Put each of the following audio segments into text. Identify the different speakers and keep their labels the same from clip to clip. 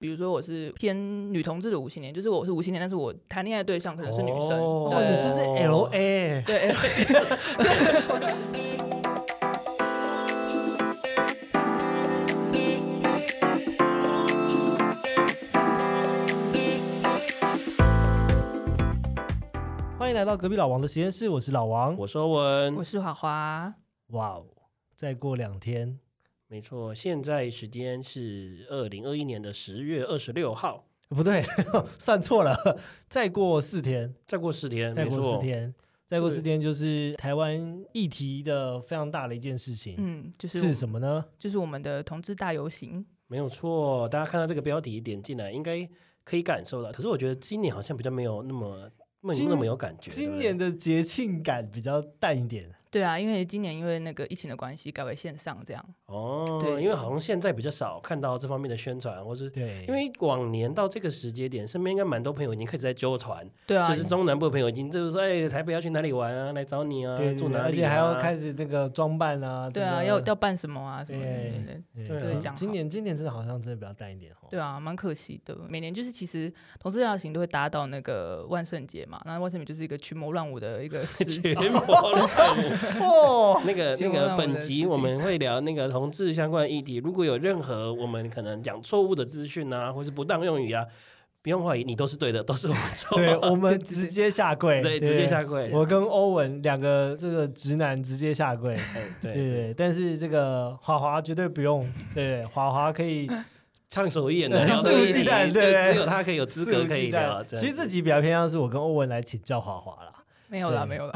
Speaker 1: 比如说我是偏女同志的无性恋，就是我是无性恋，但是我谈恋爱的对象可能是女生。
Speaker 2: 哦
Speaker 1: 对
Speaker 2: 你这是 L A，
Speaker 1: 对，
Speaker 2: 欢迎来到隔壁老王的实验室，我是老王。
Speaker 3: 我说文
Speaker 1: 我，是华华。
Speaker 2: 哇哦，再过两天，
Speaker 3: 没错，现在时间是二零二一年的十月二十六号，
Speaker 2: 呃不对， 算错了，再过四天，
Speaker 3: 再过四天，
Speaker 2: 再
Speaker 3: 没
Speaker 2: 过
Speaker 3: 错，
Speaker 2: 四天，再过
Speaker 3: 对
Speaker 2: 四天就是台湾议题的非常大的一件事情，
Speaker 1: 嗯，就是
Speaker 2: 是什么呢？
Speaker 1: 就是我们的同志大游行。
Speaker 3: 没有错。大家看到这个标题点进来，应该可以感受到。可是我觉得今年好像比较没有那么没有
Speaker 2: 今
Speaker 3: 那么有感觉。对
Speaker 2: 今
Speaker 3: 不对
Speaker 2: 年的节庆感比较淡一点，
Speaker 1: 对啊，因为今年因为那个疫情的关系，改为线上这样。
Speaker 3: 哦，
Speaker 1: 对
Speaker 3: 因为好像现在比较少看到这方面的宣传，或是。
Speaker 2: 对，
Speaker 3: 因为往年到这个时节点，身边应该蛮多朋友已经开始在揪团，
Speaker 1: 对啊，
Speaker 3: 就是中南部的朋友已经就是说，哎，台北要去哪里玩啊，来找你啊，
Speaker 2: 对对
Speaker 3: 住
Speaker 2: 对
Speaker 3: 哪里、啊，
Speaker 2: 而且还要开 始那个装扮啊，
Speaker 1: 对啊，
Speaker 2: 整个
Speaker 1: 要要办什么啊什么的。
Speaker 2: 对
Speaker 1: 对对
Speaker 3: 对
Speaker 2: 今
Speaker 3: 啊
Speaker 1: 讲好
Speaker 2: 今年今年真的好像真的比较淡一点哦。
Speaker 1: 对啊，蛮可惜的。每年就是其实同志大游行都会搭到那个万圣节嘛，那万圣节就是一个群魔乱舞的一个时 节。
Speaker 3: 群魔乱舞。
Speaker 2: 哦，
Speaker 3: 那个
Speaker 1: 希
Speaker 3: 那
Speaker 1: 望让
Speaker 3: 个
Speaker 1: 我
Speaker 3: 本
Speaker 1: 的
Speaker 3: 集
Speaker 1: 世
Speaker 3: 我
Speaker 1: 界
Speaker 3: 们会聊那个同志相关的议题，如果有任何我们可能讲错误的资讯啊，或是不当用语啊，不用怀疑，你都是对的，都是我们错。
Speaker 2: 对，我 们直接下跪，
Speaker 3: 对，直接下跪。
Speaker 2: 我跟欧文两个这个直男直接下跪，
Speaker 3: 哎对
Speaker 2: 对对对，但是这个华华绝对不用，对对，华华可以
Speaker 3: 畅所欲言的
Speaker 2: 对
Speaker 3: 聊
Speaker 1: 肆
Speaker 3: 这
Speaker 1: 无
Speaker 3: 个
Speaker 1: 忌
Speaker 3: 议题
Speaker 2: 惮
Speaker 3: 就
Speaker 2: 对
Speaker 3: 只有他可以有资
Speaker 2: 肆无
Speaker 3: 格可以
Speaker 2: 忌惮
Speaker 3: 聊。这样
Speaker 2: 其实这
Speaker 3: 子
Speaker 2: 集比较偏向是我跟欧文来请教华华啦，
Speaker 1: 没有啦，
Speaker 2: 对
Speaker 1: 没有啦。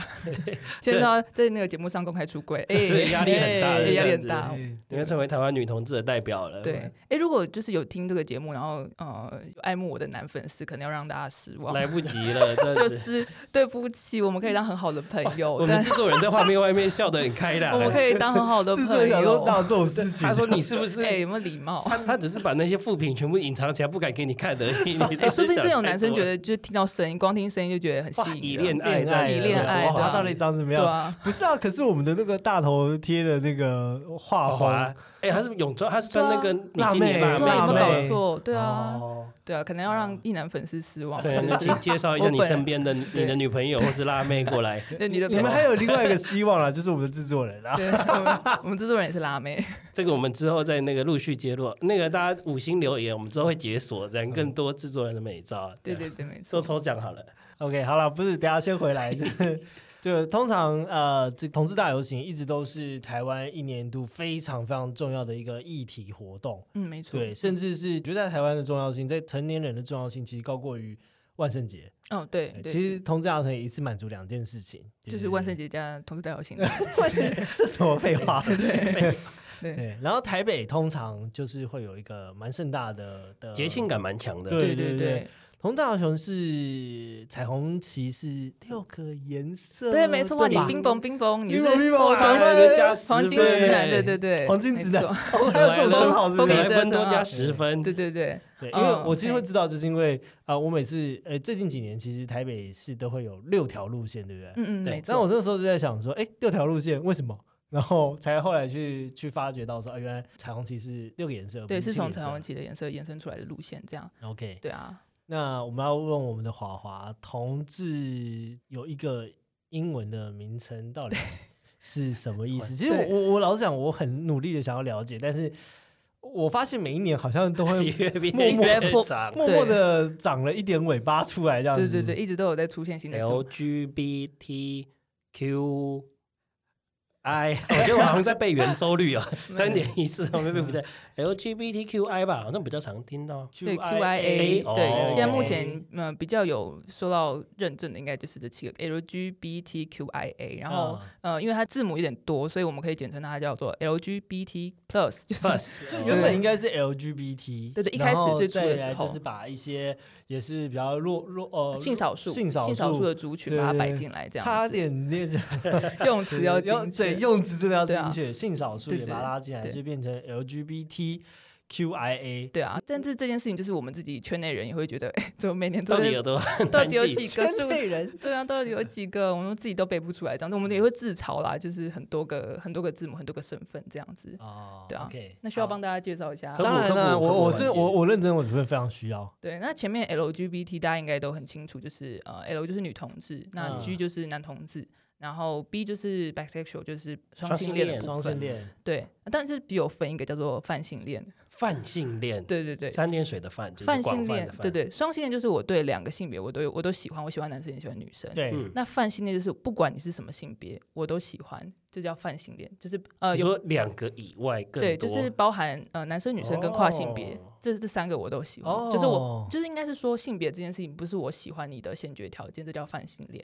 Speaker 1: 现在要在那个节目上公开出 柜，哎、
Speaker 3: 所以压力很大，
Speaker 2: 哎
Speaker 1: 压
Speaker 3: 这
Speaker 1: 力
Speaker 3: 样
Speaker 1: 很
Speaker 3: 子
Speaker 1: 大好
Speaker 3: 你会成为台湾女同志的代表了。
Speaker 1: 对，哎、如果就是有听这个节目，然后呃爱慕我的男粉丝，可能要让大家失望，
Speaker 3: 来不及了，真
Speaker 1: 就
Speaker 3: 的是。
Speaker 1: 是对不起，我们可以当很好的朋友
Speaker 3: 我，们
Speaker 1: 但
Speaker 3: 制作人在画面外面笑得很开朗
Speaker 1: 我。们可以当很好的
Speaker 2: 制
Speaker 1: 朋
Speaker 2: 作人想说到
Speaker 1: 友。
Speaker 2: 这种事情，
Speaker 3: 他说：“你是不是
Speaker 1: 哎、有没有礼貌？
Speaker 3: 他他只是把那些副评全部隐藏起来，不敢给你看而已。你
Speaker 1: 哎、说不定真
Speaker 3: 这
Speaker 1: 有男生觉得，就听到声音，光听声音就觉得很吸
Speaker 3: 哇，以
Speaker 1: 引
Speaker 3: 恋
Speaker 1: 人，
Speaker 3: 爱
Speaker 2: 恋
Speaker 3: 在
Speaker 2: 爱
Speaker 1: 以
Speaker 3: 里
Speaker 1: 恋
Speaker 3: 面
Speaker 1: 爱
Speaker 2: 哇
Speaker 1: 的
Speaker 2: 他到底长怎么
Speaker 1: 对
Speaker 2: 样？
Speaker 1: 啊，
Speaker 2: 不是啊，可是我们的那个大头贴的那个画
Speaker 3: 好
Speaker 2: 风，
Speaker 3: 滑。哎，他是泳装，他是穿那个
Speaker 2: 辣
Speaker 3: 比基尼
Speaker 2: 妹
Speaker 3: 辣
Speaker 1: 对啊，有没有
Speaker 2: 辣
Speaker 1: 搞
Speaker 2: 妹
Speaker 1: 错？对啊，
Speaker 2: 哦
Speaker 1: 对啊，可能要让一男粉丝失望，
Speaker 3: 对，那
Speaker 1: 或者
Speaker 3: 请
Speaker 1: 是
Speaker 3: 介绍一下
Speaker 1: 我
Speaker 3: 你
Speaker 1: 本
Speaker 3: 身边的你的女朋友或是辣妹过来。
Speaker 1: 对你的
Speaker 2: 你
Speaker 1: 朋友
Speaker 2: 们。还有另外一个希望啦， 就是我们的制作人啦。
Speaker 1: 对，我们我们制作人也是辣妹，
Speaker 3: 这个我们之后在那个陆续揭露，那个大家五星留言，我们之后会解锁这样更多制作人的美照。
Speaker 1: 嗯对
Speaker 3: 这样，
Speaker 2: 啊
Speaker 1: 对对，没错
Speaker 3: 做。抽奖好了。
Speaker 2: OK，好了，不是，等一下先 回来，就是就通常呃，这同志大游行一直都是台湾一年一度非常非常重要的一个议题活动，
Speaker 1: 嗯，没错。
Speaker 2: 对，甚至是觉得在台湾的重要性，在成年人的重要性其实高过于万圣节。
Speaker 1: 哦，对
Speaker 2: 对
Speaker 1: 对，
Speaker 2: 其实同志大游行也一次满足两件事情，
Speaker 1: 就是万 圣节加同志大游行。
Speaker 2: 节，这什么废话？
Speaker 1: 对
Speaker 2: 对，然后台北通常就是会有一个蛮盛大的的
Speaker 3: 节庆感蛮强的，
Speaker 2: 对
Speaker 1: 对
Speaker 2: 对
Speaker 1: 对
Speaker 2: 同大熊是彩虹旗是六个颜色，
Speaker 1: 对，没错哇，你
Speaker 2: 呃对吧
Speaker 1: 冰崩冰崩，你
Speaker 2: 冰
Speaker 1: 是
Speaker 2: 崩冰崩
Speaker 1: 黄
Speaker 2: 打
Speaker 1: 金
Speaker 2: 分加
Speaker 1: 黄
Speaker 3: 十
Speaker 1: 金直
Speaker 2: 分
Speaker 1: 男，对对对，
Speaker 2: 黄金直男
Speaker 1: 没错
Speaker 2: 哦 还有这种称号是
Speaker 1: 风
Speaker 2: 不
Speaker 3: 可
Speaker 1: 靡
Speaker 3: 能？
Speaker 2: 是
Speaker 1: 这真
Speaker 3: 分多
Speaker 1: 好
Speaker 3: 加十分。
Speaker 1: 对对对，
Speaker 2: 对，因
Speaker 1: 嗯
Speaker 2: 为我其实
Speaker 1: 对
Speaker 2: 会知道，就是因为啊、呃我每次呃最近几年其实台北市都会有六条路线，对不对？
Speaker 1: 嗯嗯，
Speaker 3: 对
Speaker 1: 没
Speaker 2: 但我
Speaker 1: 错。
Speaker 2: 那时候就在想说，哎，六条路线为什么？ 然后才后来去去发掘到说，啊，原来彩虹旗是六个颜色，
Speaker 1: 对，
Speaker 2: 不
Speaker 1: 是
Speaker 2: 七
Speaker 1: 从
Speaker 2: 个颜色
Speaker 1: 彩虹。旗的颜色延伸出来的路线，这样
Speaker 2: OK，
Speaker 1: 对啊，
Speaker 2: 那我们要问我们的华华同志有一个英文的名称，到底是什么 意思？其实我
Speaker 1: 对
Speaker 2: 我我老实讲，我很努力的想要了解，但是我发现每一年好像 都会
Speaker 3: 越变
Speaker 2: 默默
Speaker 3: 越
Speaker 1: 地破
Speaker 3: 长
Speaker 2: 默默的长了一点尾巴出来，这样
Speaker 1: 对
Speaker 2: 子。
Speaker 1: 对对，，一直都有在出现新的字母。
Speaker 3: LGBTQ。I，我 觉得我好像在背圆周率啊，三点一四， 我没背不对，LGBTQI 吧，好像比较常听到。
Speaker 1: 对 QIA，
Speaker 3: 哦
Speaker 1: 对，现在目
Speaker 3: QIA
Speaker 1: 前呃比较有受到认证的，应该就是这七个 LGBTQIA，然后呃，因为它字母有点多，所以我们可以简称它叫做 LGBT Plus，就是
Speaker 3: Plus，
Speaker 2: 就原本应该是 LGBT，
Speaker 1: 对对一
Speaker 2: 然
Speaker 1: 开始
Speaker 2: 后
Speaker 1: 最初的
Speaker 2: 再来
Speaker 1: 时候
Speaker 2: 就是把一些也是比较弱弱呃
Speaker 1: 性少数、
Speaker 2: 性少
Speaker 1: 的族群
Speaker 2: 对
Speaker 1: 把它
Speaker 2: 对
Speaker 1: 摆
Speaker 2: 对
Speaker 1: 进来，这样
Speaker 2: 差
Speaker 1: 子
Speaker 2: 点那个
Speaker 1: 用 词要精确。
Speaker 2: 对用词真的要
Speaker 1: 对啊
Speaker 2: 精确，性少数
Speaker 1: 对
Speaker 2: 也
Speaker 1: 对
Speaker 2: 把它拉进来，
Speaker 1: 对
Speaker 2: 就变成 LGBT。 QIA，
Speaker 1: 对啊，但是这件事情就是我们自己圈内人也会觉得，哎、怎么每年都
Speaker 3: 到
Speaker 1: 在
Speaker 3: 底有多
Speaker 1: 到
Speaker 3: 难
Speaker 1: 底有
Speaker 3: 记
Speaker 1: 几个数
Speaker 2: 圈？内人
Speaker 1: 对啊，到底有几个？我们自己都背不出来，这样子，我们也会自嘲啦，就是很多个很多个字母，很多个身份这样子。
Speaker 2: 哦
Speaker 1: 对啊
Speaker 2: OK，
Speaker 1: 那需要
Speaker 2: 好
Speaker 1: 帮大家介绍一下
Speaker 3: 科普
Speaker 2: 当然啦，
Speaker 3: 科普科
Speaker 2: 我
Speaker 3: 普
Speaker 2: 我
Speaker 3: 环
Speaker 2: 这
Speaker 3: 节
Speaker 2: 我我认真，我觉得非常需要。
Speaker 1: 对，那前面 LGBT 大家应该都很清楚，就是呃 L 就是女同志，那
Speaker 2: 嗯
Speaker 1: G 就是男同志，然后 B 就是 bisexual，就是双
Speaker 3: 双
Speaker 1: 性
Speaker 3: 性
Speaker 1: 恋的
Speaker 3: 恋
Speaker 1: 部
Speaker 2: 双
Speaker 1: 分
Speaker 2: 性恋，
Speaker 1: 对，但是有分一个叫做泛性恋，
Speaker 3: 泛性恋，
Speaker 1: 对对对。
Speaker 3: 三点水的泛，就是
Speaker 1: 泛
Speaker 3: 广
Speaker 1: 性
Speaker 3: 泛
Speaker 1: 恋
Speaker 3: 的，泛，
Speaker 1: 对，对，双性恋就是我对两个性别我都有，我都喜欢，我喜欢男生也喜欢女生。
Speaker 2: 对，
Speaker 3: 嗯。
Speaker 1: 那泛性恋就是不管你是什么性别，我都喜欢，这叫泛性恋，就是呃
Speaker 3: 你
Speaker 1: 有
Speaker 3: 说两个以外更多，
Speaker 1: 对，就是包含呃男生、女生跟跨性别，
Speaker 3: 哦
Speaker 1: 这这三个我都喜欢。
Speaker 2: 哦，
Speaker 1: 就是我就是应该是说性别这件事情不是我喜欢你的先决条件，这叫泛性恋。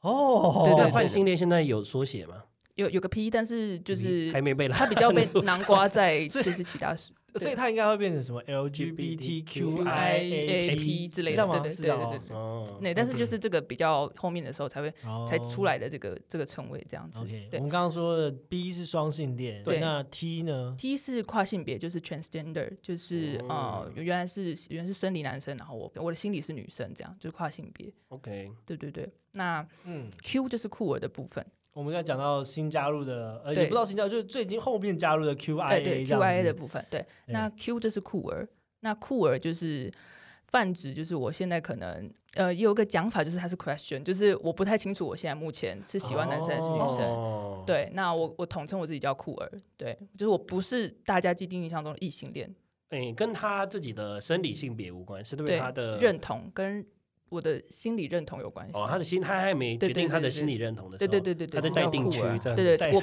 Speaker 2: 哦，
Speaker 1: 对对
Speaker 3: 那泛性恋现在有缩写吗？
Speaker 1: 有有个 P，但是就是
Speaker 3: 还没被拉
Speaker 1: 它比较被南瓜在
Speaker 2: 这
Speaker 1: 就是其他对
Speaker 2: 所以它应该会变成什么
Speaker 1: LGBTQIAP
Speaker 2: LGBTQIAP
Speaker 1: 之类
Speaker 2: 知道
Speaker 1: 的，
Speaker 2: 吗
Speaker 1: 对对
Speaker 2: 知
Speaker 1: 对
Speaker 2: 道
Speaker 1: 对
Speaker 2: 哦
Speaker 1: 对对。
Speaker 3: 哦，
Speaker 1: 对，但是就是这个比较后面的时候才会
Speaker 2: 哦
Speaker 1: 才出来的这个这个称谓这样子
Speaker 2: OK，。我
Speaker 1: 对
Speaker 2: 们刚刚说的 B 是双性恋，
Speaker 1: 对
Speaker 2: 那 T
Speaker 3: 嗯
Speaker 2: 呢？
Speaker 1: ，T 是跨性别，就是 transgender，就是
Speaker 3: 哦
Speaker 1: 呃原来是原来是生理男生，然后我我的心理是女生，这样就是跨性别。
Speaker 3: OK，
Speaker 1: 对对对，那
Speaker 2: 嗯，
Speaker 1: Q 就是酷儿的部分，
Speaker 2: 我们要讲到新加入的，呃，
Speaker 1: 对
Speaker 2: 也不知道新加入，就是最近后面加入的 QIA，
Speaker 1: 哎对
Speaker 2: 这样子
Speaker 1: QIA 的部分，对，那 Q 就是酷儿，那酷儿就是泛指，就是我现在可能呃也有个讲法，就是它是 question，就是我不太清楚我现在目前是喜欢男生还是女生。
Speaker 3: 哦，
Speaker 1: 对，那我我统称我自己叫酷儿，对，就是我不是大家既定印象中的异性恋，
Speaker 3: 哎，跟他自己的生理性别无关，是对
Speaker 1: 对
Speaker 3: 他的
Speaker 1: 认同跟我的心理认同有关系。
Speaker 3: 呃哦，他的心，他还没决
Speaker 1: 对对
Speaker 3: 定他的
Speaker 1: 对对
Speaker 3: 心理认同的时
Speaker 1: 对
Speaker 3: 候，
Speaker 1: 对对对对，
Speaker 3: 他在
Speaker 1: 就叫
Speaker 3: 待定
Speaker 1: 酷
Speaker 3: 区
Speaker 1: 儿
Speaker 3: 这样
Speaker 1: 对
Speaker 2: 待
Speaker 1: 对，我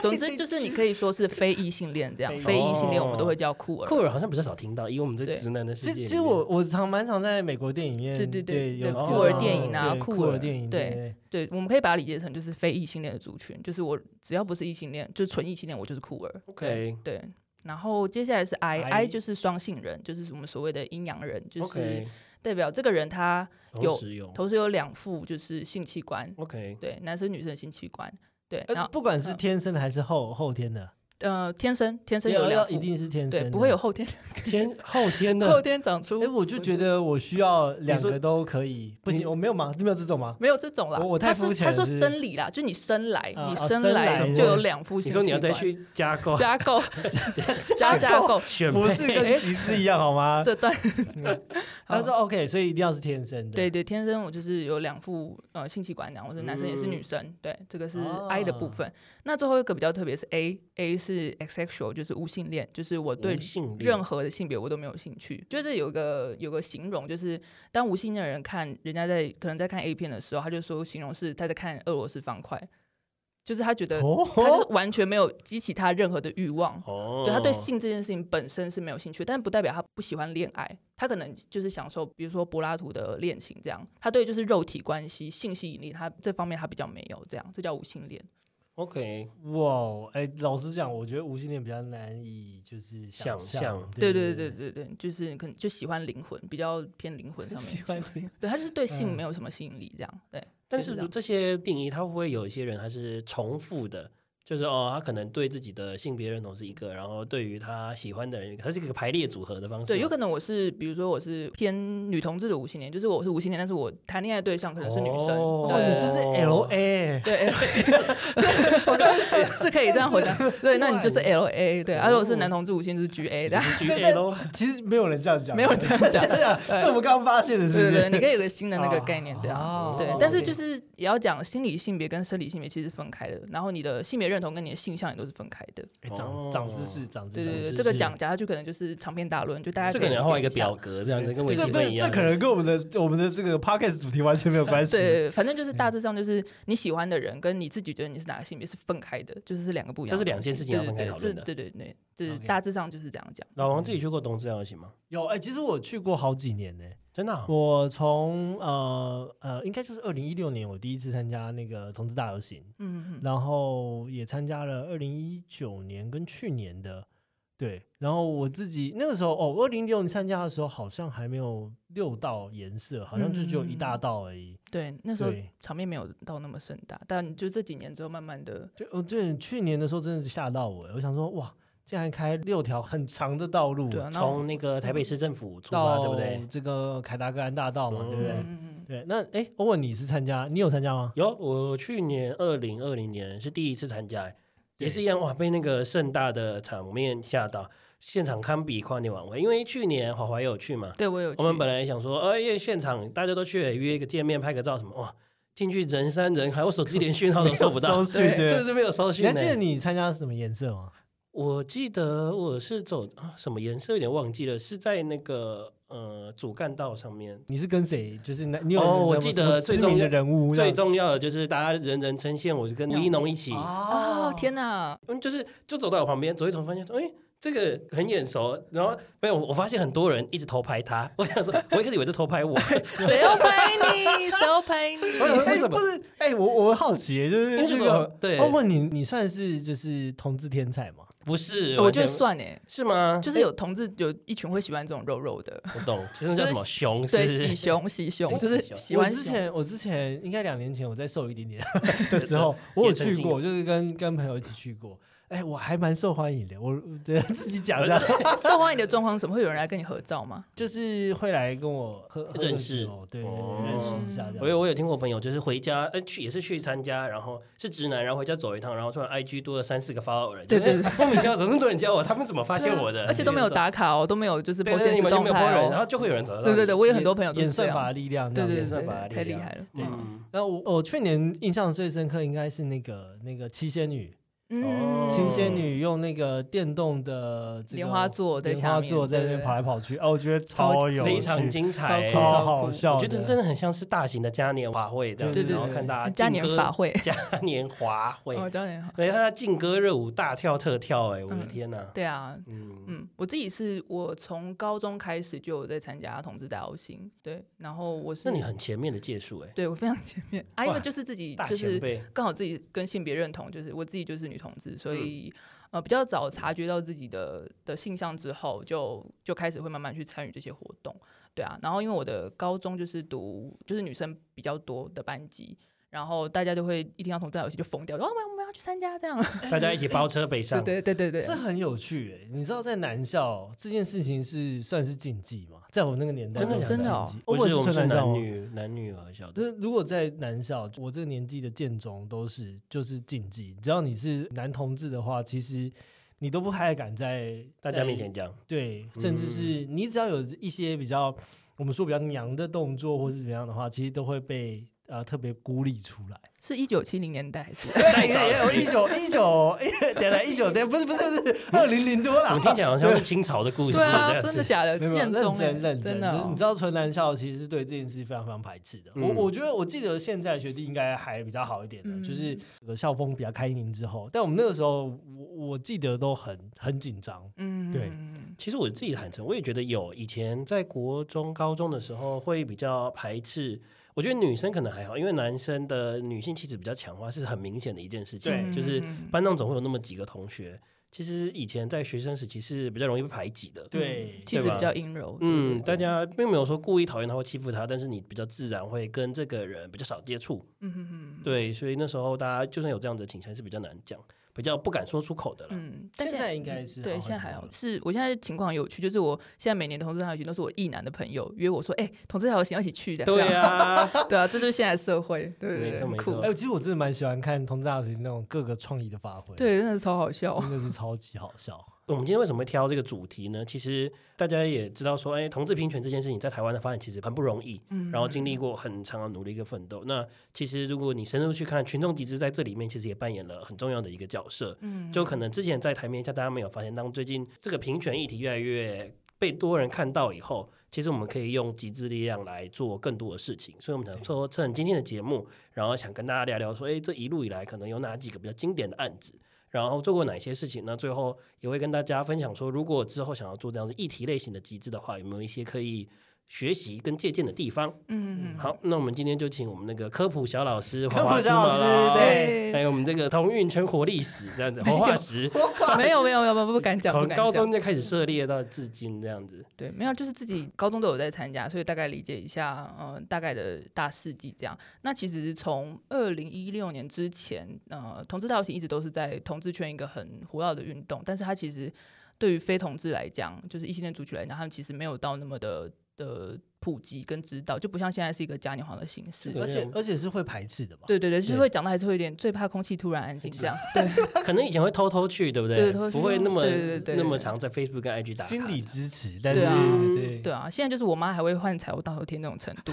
Speaker 1: 总之就是你可以说是非异性恋这样，
Speaker 2: 非
Speaker 1: 非
Speaker 2: 异
Speaker 1: 异性恋我们都
Speaker 3: 哦
Speaker 1: 会叫酷儿。
Speaker 3: 酷儿好像比较少听到，因为我们这
Speaker 1: 对
Speaker 3: 直男的世
Speaker 2: 其
Speaker 3: 界
Speaker 2: 实
Speaker 3: 里面，
Speaker 2: 其实我我常蛮常在美国电影院，
Speaker 1: 对对对
Speaker 2: 对，
Speaker 1: 对
Speaker 2: 有有
Speaker 3: 酷儿
Speaker 2: 看到
Speaker 3: 电影
Speaker 1: 啊
Speaker 2: 对
Speaker 1: 酷
Speaker 2: 酷儿
Speaker 1: 儿
Speaker 2: 电影，
Speaker 1: 对
Speaker 2: 对，
Speaker 1: 对，我们可以把它理解成就是非异性恋的族群，就是我只要不是异性恋，就是纯异性恋，我就是酷儿。对
Speaker 3: OK
Speaker 1: 对，然后接下来是
Speaker 2: I
Speaker 1: I，I 就是双性人，就是我们所谓的阴阳人，就是
Speaker 3: ，OK，
Speaker 1: 代表这个人他有
Speaker 3: 同时有
Speaker 1: 同时有两副就是性器官，
Speaker 3: OK，
Speaker 1: 对，男生女生的性器官，对，
Speaker 2: 呃
Speaker 1: 然后
Speaker 2: 不管是
Speaker 1: 嗯
Speaker 2: 天生的还是后后天的，
Speaker 1: 呃天生天生有
Speaker 2: 要
Speaker 1: 两
Speaker 2: 要
Speaker 1: 副
Speaker 2: 一，定是天生
Speaker 1: 对，
Speaker 2: 的，
Speaker 1: 不会有后天
Speaker 3: 天后 天
Speaker 1: 后
Speaker 3: 的
Speaker 1: 天长出
Speaker 2: 哎、，我就觉得我需要两
Speaker 3: 你说
Speaker 2: 个都可以，不
Speaker 3: 你
Speaker 2: 行，我没有吗？没有这种吗？
Speaker 1: 没有这种啦
Speaker 2: 我我。太
Speaker 1: 他
Speaker 2: 肤
Speaker 1: 是
Speaker 2: 浅
Speaker 1: 他
Speaker 2: 了
Speaker 1: 说
Speaker 2: 是不是
Speaker 1: 生理啦，就你生来
Speaker 2: 啊
Speaker 1: 你生
Speaker 2: 啊生
Speaker 1: 来
Speaker 2: 来
Speaker 1: 就有两副
Speaker 3: 你
Speaker 1: 性
Speaker 3: 说你
Speaker 1: 器
Speaker 3: 要再
Speaker 1: 官，
Speaker 3: 去加 购
Speaker 1: 加购 加加购。
Speaker 3: 选
Speaker 2: 不是
Speaker 3: 配
Speaker 2: 跟集资一样好吗？
Speaker 1: 哎
Speaker 2: 嗯
Speaker 1: 这段好
Speaker 2: 啊他说 OK，所以一定要是天生的。
Speaker 1: 对对，天生我就是有两副呃性器官，然后我是男生也是女
Speaker 3: 嗯
Speaker 1: 生，对，这个是
Speaker 2: 哦
Speaker 1: I 的部分。那最后一个比较特别是 A，A 是 asexual，就是无性恋，就是我对
Speaker 3: 无性恋
Speaker 1: 任何的性别我都没有兴趣。就是有一个有个形容，就是当无性恋的人看人家在可能在看 A 片的时候，他就说形容是他在看俄罗斯方块，就是他觉得他就
Speaker 2: 哦，
Speaker 1: 是完全没有激起他任何的欲望。
Speaker 3: 哦，
Speaker 1: 对他对性这件事情本身是没有兴趣，但不代表他不喜欢恋爱，他可能就是享受，比如说柏拉图的恋情这样。他对就是肉体关系、性吸引力，他这方面他比较没有，这样这叫无性恋。
Speaker 3: OK
Speaker 2: 哇，哎、老实讲，我觉得无性恋比较难以就是
Speaker 3: 想
Speaker 2: 象
Speaker 3: 象。
Speaker 1: 对对对对对，就是你可能就喜欢灵魂，比较偏灵魂上面
Speaker 2: 喜
Speaker 1: 去。
Speaker 2: 欢听
Speaker 1: 对他就是对性
Speaker 2: 嗯
Speaker 1: 没有什么吸引力，这样对。
Speaker 3: 但
Speaker 1: 就是
Speaker 3: 是
Speaker 1: 这样
Speaker 3: 这些定义，他会不会有一些人他是重复的？就是哦，他可能对自己的性别认同是一个，然后对于他喜欢的人，他是一个排列组合的方式吗。
Speaker 1: 对，有可能我是，比如说我是偏女同志的无性恋，就是我是无性恋，但是我谈恋爱对象可能是女生，
Speaker 3: 哦
Speaker 2: 哇，
Speaker 1: 对
Speaker 2: 你就是 L A，
Speaker 1: 对，是可以这样回答。对，那你就是 L A，对，而且我是男同志无性就是 G A 的，
Speaker 3: 是 G A 咯。
Speaker 2: 其实没有人这样讲，
Speaker 1: 没有这样讲
Speaker 2: 真的 假的，是我们刚刚发现的，是不
Speaker 1: 对
Speaker 2: 是？
Speaker 1: 对对，你可以有个新的那个概念，对啊。
Speaker 2: 啊
Speaker 1: 对
Speaker 2: 哦，
Speaker 1: 但是
Speaker 2: OK
Speaker 1: 就是也要讲心理性别跟生理性别其实是分开的，然后你的性别认同跟你的性向也都是分开的。
Speaker 2: 哎长
Speaker 3: 哦
Speaker 2: 长知识，长知
Speaker 1: 对
Speaker 2: 识。
Speaker 1: 对
Speaker 3: 是
Speaker 1: 对，
Speaker 3: 是
Speaker 1: 这个
Speaker 3: 是
Speaker 1: 讲讲下去可能就是长篇大论，就大家
Speaker 3: 这
Speaker 1: 可
Speaker 3: 可
Speaker 1: 以
Speaker 3: 能要画一
Speaker 1: 理解
Speaker 3: 个
Speaker 1: 下
Speaker 3: 表。格，这样子跟微积
Speaker 2: 这不
Speaker 3: 分
Speaker 2: 是
Speaker 3: 一
Speaker 2: 这
Speaker 3: 样。
Speaker 2: 可能跟我们的我们的这个 podcast 主题完全没有关系。
Speaker 1: 对，反正就是大致上就是你喜欢的人跟你自己觉得你是哪个性别是分开的，就是是两个不一样的东西。
Speaker 3: 这是两件事情要
Speaker 1: 对
Speaker 3: 分开
Speaker 1: 对
Speaker 3: 讨
Speaker 1: 这
Speaker 3: 论的
Speaker 1: 对对对，就是
Speaker 2: OK
Speaker 1: 大致上就是这样讲。
Speaker 3: 老王自己去过同志游行吗？
Speaker 2: 有哎、其实我去过好几年呢、
Speaker 3: 真的啊、
Speaker 2: 我从呃呃，应该就是二零一六年，我第一次参加那个同志大游行，
Speaker 1: 嗯嗯嗯。
Speaker 2: 然后也参加了二零一九年跟去年的，对。然后我自己那个时候哦，二零一六年参加的时候好像还没有六道颜色，好像就只有一
Speaker 1: 嗯
Speaker 2: 大道而已。
Speaker 1: 对，那时候
Speaker 2: 对
Speaker 1: 场面没有到那么盛大，但就这几年之后，慢慢的，
Speaker 2: 哦就我对去年的时候真的是吓到我，我想说哇，竟然开六条很长的道路，
Speaker 1: 对啊，那我
Speaker 3: 从那个台北市政府出发，
Speaker 2: 到
Speaker 3: 对不对？
Speaker 2: 这个凯达格兰大道嘛，对
Speaker 1: 嗯
Speaker 2: 不对？
Speaker 1: 嗯嗯
Speaker 2: 对，那哎，欧文，你是参加，你有参加吗？
Speaker 3: 有，我去年二零二零年是第一次参加欸，也是
Speaker 2: 对
Speaker 3: 一样哇，被那个盛大的场面吓到，现场堪比跨年晚会。因为去年华华也有去嘛
Speaker 1: 嗯，对我有去，
Speaker 3: 我们本来想说，呃，因为现场大家都去了，约一个见面拍个照什么，哇，进去人山人海，我手机连讯 号都收不到
Speaker 2: 收，
Speaker 1: 对这
Speaker 3: 真
Speaker 2: 视对
Speaker 3: 的。是没有收
Speaker 2: 你
Speaker 3: 讯
Speaker 2: 还记得
Speaker 3: 欸。
Speaker 2: 你参加什么颜色吗？
Speaker 3: 我记得我是走啊什么颜色有点忘记了，是在那个呃主干道上面，
Speaker 2: 你是跟谁？就是那你有
Speaker 3: 哦我
Speaker 2: 什
Speaker 3: 记
Speaker 2: 么什么
Speaker 3: 得最
Speaker 2: 知名
Speaker 3: 重
Speaker 2: 的
Speaker 3: 要
Speaker 2: 人物这
Speaker 3: 最
Speaker 2: 样，
Speaker 3: 重要的就是大家人人称羡，我就跟
Speaker 1: 嗯
Speaker 3: 一农一起，
Speaker 1: 哦天哪，
Speaker 3: 嗯，就是就走到我旁边，走一走发现说，哎、这个很眼熟。然后没有，我发现很多人一直偷拍他，我想说，我一开始以为在偷拍我，
Speaker 1: 谁要拍你？谁要拍 你？
Speaker 3: 我想说为
Speaker 2: 哎，
Speaker 3: 什
Speaker 2: 不
Speaker 3: 么？
Speaker 2: 是，哎，我我好奇，就
Speaker 3: 因
Speaker 2: 是
Speaker 3: 为这
Speaker 2: 这个
Speaker 3: 个对，
Speaker 1: 哦
Speaker 2: 欧文，你你算是就是同志天才吗？
Speaker 3: 不是，
Speaker 1: 我
Speaker 3: 完
Speaker 1: 觉得
Speaker 3: 全
Speaker 1: 算哎，
Speaker 3: 是吗？
Speaker 1: 就是有同志有一群会喜欢这种肉肉的，
Speaker 3: 我懂，就
Speaker 1: 就
Speaker 3: 是叫
Speaker 1: 是
Speaker 3: 什么熊，是
Speaker 1: 对，
Speaker 3: 不
Speaker 1: 喜
Speaker 3: 是？
Speaker 1: 熊喜熊，
Speaker 3: 对
Speaker 1: 就是
Speaker 3: 喜熊
Speaker 1: 喜
Speaker 2: 我
Speaker 1: 欢
Speaker 2: 之
Speaker 1: 熊
Speaker 2: 前我之前应该两年前我在瘦一 点点的时候，我有
Speaker 3: 也曾
Speaker 2: 去
Speaker 3: 经
Speaker 2: 过，就是跟跟朋友一起去过。哎，我还蛮受欢迎的，我对自己讲 的，
Speaker 1: 受欢迎的状况是什么？会有人来跟你合照吗？
Speaker 2: 就是会来跟我喝喝个
Speaker 3: 认识
Speaker 2: 酒对，对
Speaker 3: 哦
Speaker 2: 对认识一下这
Speaker 3: 我有
Speaker 2: 样。
Speaker 3: 我有听过朋友，就是回家，呃，去也是去参加，然后是直男，然后回家走一趟，然后突然 IG 多了三四个 follower，人
Speaker 1: 对对对啊
Speaker 3: 就是哎莫名其妙，怎么那么多人加我？他们怎么发现我的？
Speaker 1: 而且都没有，打卡哦，都没有就是
Speaker 3: 对
Speaker 1: 破
Speaker 3: 对，
Speaker 1: 现
Speaker 3: 你
Speaker 1: 实
Speaker 3: 们就
Speaker 1: 动
Speaker 3: 没有 po
Speaker 1: 态
Speaker 3: 人，然
Speaker 1: 哦。
Speaker 3: 后就会有人找到。
Speaker 1: 对对对，我有很多朋友都
Speaker 2: 演
Speaker 1: 是这
Speaker 2: 算
Speaker 1: 样
Speaker 2: 法。的力量，
Speaker 1: 对对对
Speaker 3: 演
Speaker 1: 对
Speaker 3: 算
Speaker 1: 对，
Speaker 3: 法力
Speaker 1: 太厉
Speaker 3: 量
Speaker 1: 害了。嗯
Speaker 3: 嗯，
Speaker 2: 那我我去年印象最深刻应该是那个那个七仙女，
Speaker 3: 哦
Speaker 1: 嗯，
Speaker 2: 七仙女用那个电动的这个
Speaker 1: 莲花座在
Speaker 2: 莲
Speaker 1: 下
Speaker 2: 花
Speaker 1: 面
Speaker 2: 座在那
Speaker 1: 对
Speaker 2: 边
Speaker 1: 对
Speaker 2: 跑来跑去，哦，我觉得
Speaker 1: 超
Speaker 2: 超有
Speaker 3: 非
Speaker 2: 趣
Speaker 3: 常精
Speaker 1: 超
Speaker 3: 彩，
Speaker 1: 酷
Speaker 2: 超
Speaker 1: 超
Speaker 2: 好
Speaker 1: 酷
Speaker 2: 笑的，
Speaker 3: 我觉得真的很像是大型的嘉年华会这样，
Speaker 1: 对对
Speaker 3: 然后
Speaker 1: 对
Speaker 3: 看大家
Speaker 1: 嘉
Speaker 3: 劲
Speaker 1: 年
Speaker 3: 歌
Speaker 1: 法会，
Speaker 3: 嘉年华会，
Speaker 1: 哦，嘉年华，
Speaker 3: 对，看他劲歌热舞，大跳特跳，哎，我的
Speaker 1: 嗯
Speaker 3: 天哪，
Speaker 1: 对啊，
Speaker 3: 嗯
Speaker 1: 嗯，我自己是我从高中开始就有在参加同志大游行，对，然后我是
Speaker 3: 那你很前面的届数哎，
Speaker 1: 对我非常前面啊，因
Speaker 3: 哇
Speaker 1: 为就是自己
Speaker 3: 大
Speaker 1: 就
Speaker 3: 前
Speaker 1: 是
Speaker 3: 辈，
Speaker 1: 刚好自己跟性别认同，就是我自己就是女同志，
Speaker 3: 嗯
Speaker 1: 所以、呃比较早察觉到自己的的性向之后，就就开始会慢慢去参与这些活动，对啊。然后因为我的高中就是读就是女生比较多的班级，然后大家就会一听到同志游戏就疯掉，说哦我们我们要去参加这样，
Speaker 3: 大家一起包车北上，
Speaker 1: 对对对对
Speaker 2: 这
Speaker 1: 对。
Speaker 2: 很有趣诶、你知道在南校这件事情是算是禁忌吗？在我那个年代
Speaker 3: 真的
Speaker 2: 都是
Speaker 1: 真的哦
Speaker 2: 禁忌
Speaker 3: 不是
Speaker 2: 我
Speaker 3: 我们
Speaker 2: 们
Speaker 3: 是
Speaker 2: 南校
Speaker 3: 男
Speaker 2: 吗。
Speaker 3: 女男女合校
Speaker 2: 就
Speaker 3: 的，
Speaker 2: 是如果在南校，我这个年纪的建中都是就是禁忌，只要你是男同志的话，其实你都不太敢在
Speaker 3: 大家面 前讲，
Speaker 2: 对，甚至是你只要有一些比较我们说比较娘的动作或是怎么样的话，其实都会被呃特别孤立出来。
Speaker 1: 是一九七零年代还 是？
Speaker 2: 哎呀，我一九一九，等 等一九，等不是不是不是二零零多
Speaker 3: 怎
Speaker 2: 了
Speaker 3: 么，听起来好像是清朝的故事
Speaker 1: 对啊
Speaker 3: 这，样
Speaker 1: 真的
Speaker 3: 子，
Speaker 1: 假的？
Speaker 2: 没有
Speaker 1: 建中
Speaker 2: 认
Speaker 1: 哎、
Speaker 2: 真认
Speaker 1: 真的
Speaker 2: 的，就是
Speaker 1: 哦、
Speaker 2: 你知道纯男校其实是对这件事非常非常排斥的。
Speaker 3: 嗯
Speaker 2: 我我觉得我记得现在学弟应该还比较好一点的，
Speaker 1: 嗯
Speaker 2: 就是这个校风比较开明之后，但我们那个时候我我记得都很很紧张。
Speaker 1: 嗯，
Speaker 2: 对
Speaker 1: 嗯
Speaker 3: 其实我自己坦诚，我也觉得有。以前在国中、高中的时候会比较排斥，我觉得女生可能还好，因为男生的女性气质比较强化是很明显的一件事情。
Speaker 2: 对
Speaker 3: 就是
Speaker 1: 嗯
Speaker 3: 班上总会有那么几个同学，其实以前在学生时期是比较容易被排挤的。
Speaker 2: 对
Speaker 1: 气
Speaker 3: 对
Speaker 1: 质
Speaker 3: 吧
Speaker 1: 嗯比较阴柔，
Speaker 3: 嗯，
Speaker 1: 对
Speaker 3: 大
Speaker 1: 对对
Speaker 3: 家并没有说故意讨厌他或欺负他，但是你比较自然会跟这个人比较少接触。
Speaker 1: 嗯嗯嗯，嗯，
Speaker 3: 对，所以那时候大家就算有这样子的倾向，是比较难讲，比较不敢说出口的啦。
Speaker 1: 嗯，但
Speaker 2: 啊现在应该
Speaker 1: 嗯
Speaker 2: 是好
Speaker 1: 对，
Speaker 2: 很
Speaker 1: 现在还
Speaker 2: 多
Speaker 1: 好
Speaker 2: 了。
Speaker 1: 是我现在情况很有趣，就是我现在每年的同志大游行都是我异男的朋友约我说，哎、同志大游行要一起去的，这
Speaker 3: 对
Speaker 1: 样
Speaker 3: 啊，
Speaker 1: 对啊，这就是现在的社会，对对
Speaker 3: 没
Speaker 1: 对，
Speaker 3: 错
Speaker 1: 很
Speaker 3: 没
Speaker 1: 酷
Speaker 3: 错
Speaker 2: 哎、，其实我真的蛮喜欢看同志大学那种各个创意的发挥，，
Speaker 1: 对，真哦的是超好笑，
Speaker 2: 真的是超级好 笑。
Speaker 3: 我们今天为什么会挑这个主题呢？其实大家也知道说，哎，同志平权这件事情在台湾的发展其实很不容易，
Speaker 1: 嗯，
Speaker 3: 然后经历
Speaker 1: 嗯
Speaker 3: 过很长的努力跟奋斗。那其实如果你深入去看，群众集资在这里面其实也扮演了很重要的一个角色。
Speaker 1: 嗯
Speaker 3: 就可能之前在台面下大家没有发现，当最近这个平权议题越来越被多人看到以后，其实我们可以用集资力量来做更多的事情。所以我们想说，趁今天的节目，然后想跟大家聊聊说，哎，这一路以来可能有哪几个比较经典的案子。然后做过哪些事情那最后也会跟大家分享说，如果之后想要做这样子议题类型的集资的话，有没有一些可以学习跟借鉴的地方。
Speaker 1: 嗯，嗯
Speaker 3: 好，那我们今天就请我们那个科普小老师黄
Speaker 2: 科普
Speaker 3: 华苏
Speaker 2: 小老
Speaker 3: 嘛
Speaker 2: 师
Speaker 3: 啦
Speaker 2: 对
Speaker 3: 还有我们这个同运全国历史这 样子，黄化石
Speaker 1: 没有没有没有没有不敢讲，
Speaker 3: 从
Speaker 1: 不敢
Speaker 3: 高
Speaker 1: 讲。
Speaker 3: 中就开始涉猎到至今这样子。
Speaker 1: 对，没有，就是自己高中都有在参加，所以大概理解一下，呃，大概的大事迹这样。那其实从二零一六年之前，呃，同志大游行一直都是在同志圈一个很活跃的运动，但是它其实对于非同志来讲，就是异性恋族群来讲，他们其实没有到那么的的普及跟知道，就不像现在是一个嘉年华的形式。
Speaker 3: 对
Speaker 2: 而且而且是会排斥的吧？
Speaker 1: 对对对，就是
Speaker 2: 对
Speaker 1: 会讲到还是会有点最怕空气突然安静这样。
Speaker 3: 可能以前会偷偷去，对不
Speaker 1: 对偷偷去
Speaker 3: 不会那么
Speaker 1: 对对对对
Speaker 3: 那么常在 Facebook 跟 IG 打卡。
Speaker 2: 心理支持，但是
Speaker 1: 对啊
Speaker 2: 对
Speaker 1: 对啊，现在就是我妈还会换彩虹大头贴那种程度，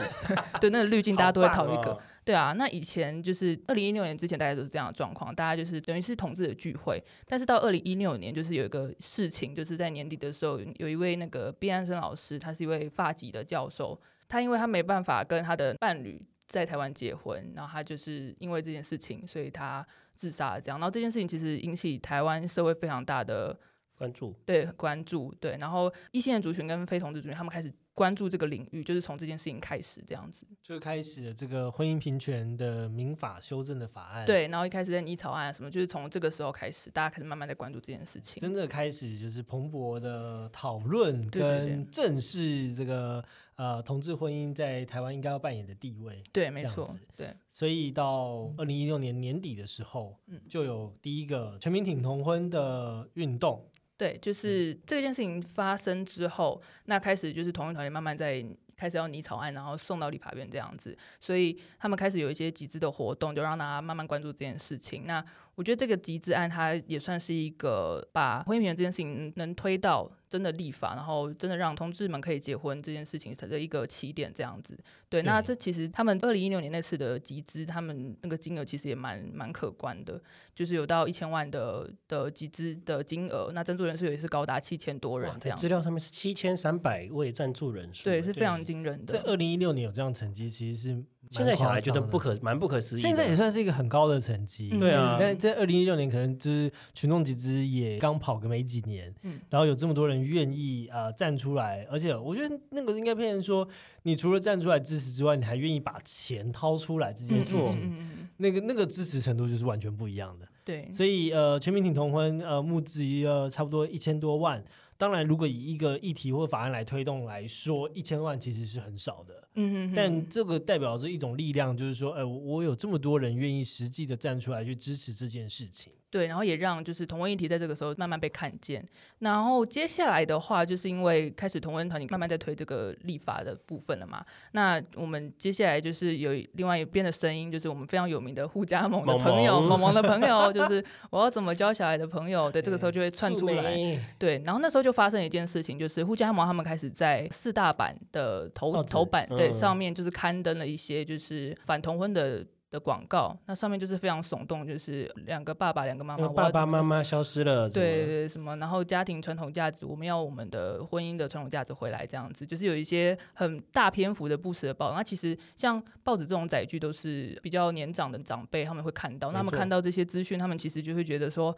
Speaker 1: 对，那个滤镜大家都会
Speaker 3: 好
Speaker 1: 讨
Speaker 3: 棒
Speaker 1: 一个。
Speaker 3: 哦
Speaker 1: 对啊，那以前就是二零一六年之前，大概都是这样的状况，大家就是等于是同志的聚会。但是到二零一六年，就是有一个事情，就是在年底的时候，有一位那个毕安生老师，他是一位发籍的教授，他因为他没办法跟他的伴侣在台湾结婚，然后他就是因为这件事情，所以他自杀了。这样，然后这件事情其实引起台湾社会非常大的
Speaker 3: 关注。
Speaker 1: 对关注，对，然后异性恋族群跟非同志族群，他们开始关注这个领域，就是从这件事情开始这样子。
Speaker 2: 就开始了这个婚姻平权的民法修正的法案，，
Speaker 1: 对，然后一开始在拟草案啊什么，就是从这个时候开始，大家开始慢慢在关注这件事情。
Speaker 2: 真的开始就是蓬勃的讨论
Speaker 1: 对对对
Speaker 2: 跟正视这个呃同志婚姻在台湾应该要扮演的地位。
Speaker 1: 对，没
Speaker 2: 这样
Speaker 1: 错
Speaker 2: 子，
Speaker 1: 对，
Speaker 2: 所以到二零一六年年底的时候
Speaker 1: 嗯，
Speaker 2: 就有第一个全民挺同婚的运动，
Speaker 1: 对，就是这件事情发生之后，那开始就是同性团体慢慢在开始要拟草案，然后送到立法院这样子，所以他们开始有一些集资的活动，就让大家慢慢关注这件事情。那我觉得这个集资案它也算是一个把婚姻平权这件事情能推到真的立法，然后真的让同志们可以结婚这件事情的一个起点这样子。对，那
Speaker 2: 对
Speaker 1: 这其实他们二零一六年那次的集资，他们那个金额其实也蛮蛮可观的。就是有到一千万的的集资的金额，那赞助人数也是高达七千多人
Speaker 3: 哇，
Speaker 1: 这
Speaker 3: 在
Speaker 1: 样
Speaker 3: 哎资
Speaker 1: 子，
Speaker 3: 料上面是七千三百位赞助人数，
Speaker 1: 对，是非常
Speaker 2: 对
Speaker 1: 惊人
Speaker 2: 在
Speaker 1: 的。
Speaker 2: 二零一六年有这样成绩，其实是蛮
Speaker 3: 现在想来
Speaker 2: 夸
Speaker 3: 觉得
Speaker 2: 张的
Speaker 3: 不可蛮不可思议的。
Speaker 2: 现在也算是一个很高的成绩，
Speaker 1: 嗯
Speaker 3: 对啊
Speaker 2: 但在二零一六年，可能就是群众集资也刚跑个没几年，
Speaker 1: 嗯
Speaker 2: 然后有这么多人愿意呃站出来，而且我觉得那个应该变成说，你除了站出来支持之外，你还愿意把钱掏出来这件
Speaker 1: 嗯
Speaker 2: 事
Speaker 1: 嗯
Speaker 2: 情，
Speaker 1: 嗯嗯嗯
Speaker 2: 那个那个支持程度就是完全不一样的。
Speaker 3: 嗯
Speaker 1: 对，
Speaker 2: 所以呃，全民挺同婚呃募资呃差不多一千多万，当然如果以一个议题或法案来推动来说，一千万其实是很少的。
Speaker 1: 嗯嗯，
Speaker 2: 但这个代表着一种力量，就是说，呃，我我有这么多人愿意实际的站出来去支持这件事情。
Speaker 1: 对，然后也让就是同婚议题在这个时候慢慢被看见。然后接下来的话，就是因为开始同婚团体慢慢在推这个立法的部分了嘛，那我们接下来就是有另外一边的声音，就是我们非常有名的互加盟的
Speaker 3: 萌
Speaker 1: 朋友，
Speaker 3: 萌
Speaker 1: 萌萌的朋友，就是我要怎么教小孩的朋友，对，这个时候就会窜出来。
Speaker 3: 来，
Speaker 1: 对，然后那时候就发生一件事情，就是互加盟他们开始在四大版的头
Speaker 2: 报纸
Speaker 1: 头版对、
Speaker 3: 嗯
Speaker 1: 上面就是刊登了一些就是反同婚的的广告，那上面就是非常耸动，就是两个爸爸两个妈
Speaker 3: 因
Speaker 1: 妈，
Speaker 3: 为
Speaker 1: 我
Speaker 3: 呃爸
Speaker 1: 要
Speaker 3: 爸
Speaker 1: 怎么
Speaker 3: 妈妈消失了，怎么
Speaker 1: 对对对什么，然后家庭传统价值，我们要我们的婚姻的传统价值回来，这样子就是有一些很大篇幅的不实的报道。那其实像报纸这种载具都是比较年长的长辈他们会看到，那他
Speaker 3: 没
Speaker 1: 们
Speaker 3: 错
Speaker 1: 看到这些资讯，他们其实就会觉得说。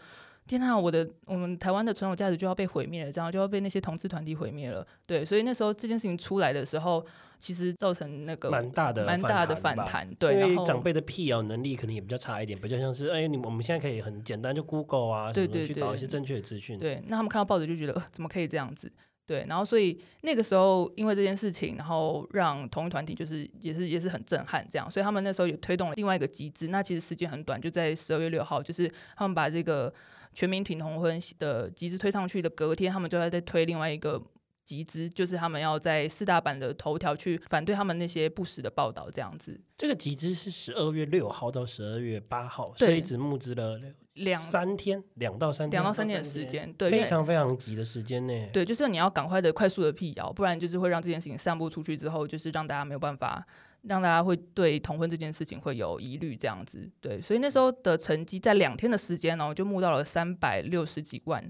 Speaker 1: 天呐，我的我们台湾的传统价值就要被毁灭了，这样就要被那些同志团体毁灭了。对，所以那时候这件事情出来的时候，其实造成那个
Speaker 3: 蛮大的
Speaker 1: 蛮大的反
Speaker 3: 吧。
Speaker 1: 弹。对，然
Speaker 3: 因
Speaker 1: 后
Speaker 3: 为长辈的辟谣能力可能也比较差一点，比较像是哎，你我们现在可以很简单就 Google 啊，
Speaker 1: 对
Speaker 3: 什么的
Speaker 1: 对
Speaker 3: 去
Speaker 1: 对
Speaker 3: 找一些正确的资讯。
Speaker 1: 对，那他们看到报纸就觉得、呃、怎么可以这样子？对，然后所以那个时候因为这件事情，然后让同一团体就是也是也是很震撼这样，所以他们那时候也推动了另外一个集资。那其实时间很短，就在十二月六号，就是他们把这个全民挺同婚的集资推上去的隔天，他们就在在推另外一个。集资就是他们要在四大版的头条去反对他们那些不实的报道，这样子
Speaker 3: 这个集资是十二月六号到十二月八号，
Speaker 1: 对
Speaker 3: 所以只募资了
Speaker 1: 两
Speaker 3: 三天，两到三天，
Speaker 1: 两到三
Speaker 2: 天
Speaker 1: 天的时间，对，因
Speaker 3: 非
Speaker 1: 为
Speaker 3: 常非常急的时间呢。
Speaker 1: 对，就是你要赶快的、快速的辟谣，不然就是会让这件事情散播出去之后，就是让大家没有办法，让大家会对同婚这件事情会有疑虑这样子。对，所以那时候的成绩在两天的时间哦，就募到了三百六十几万，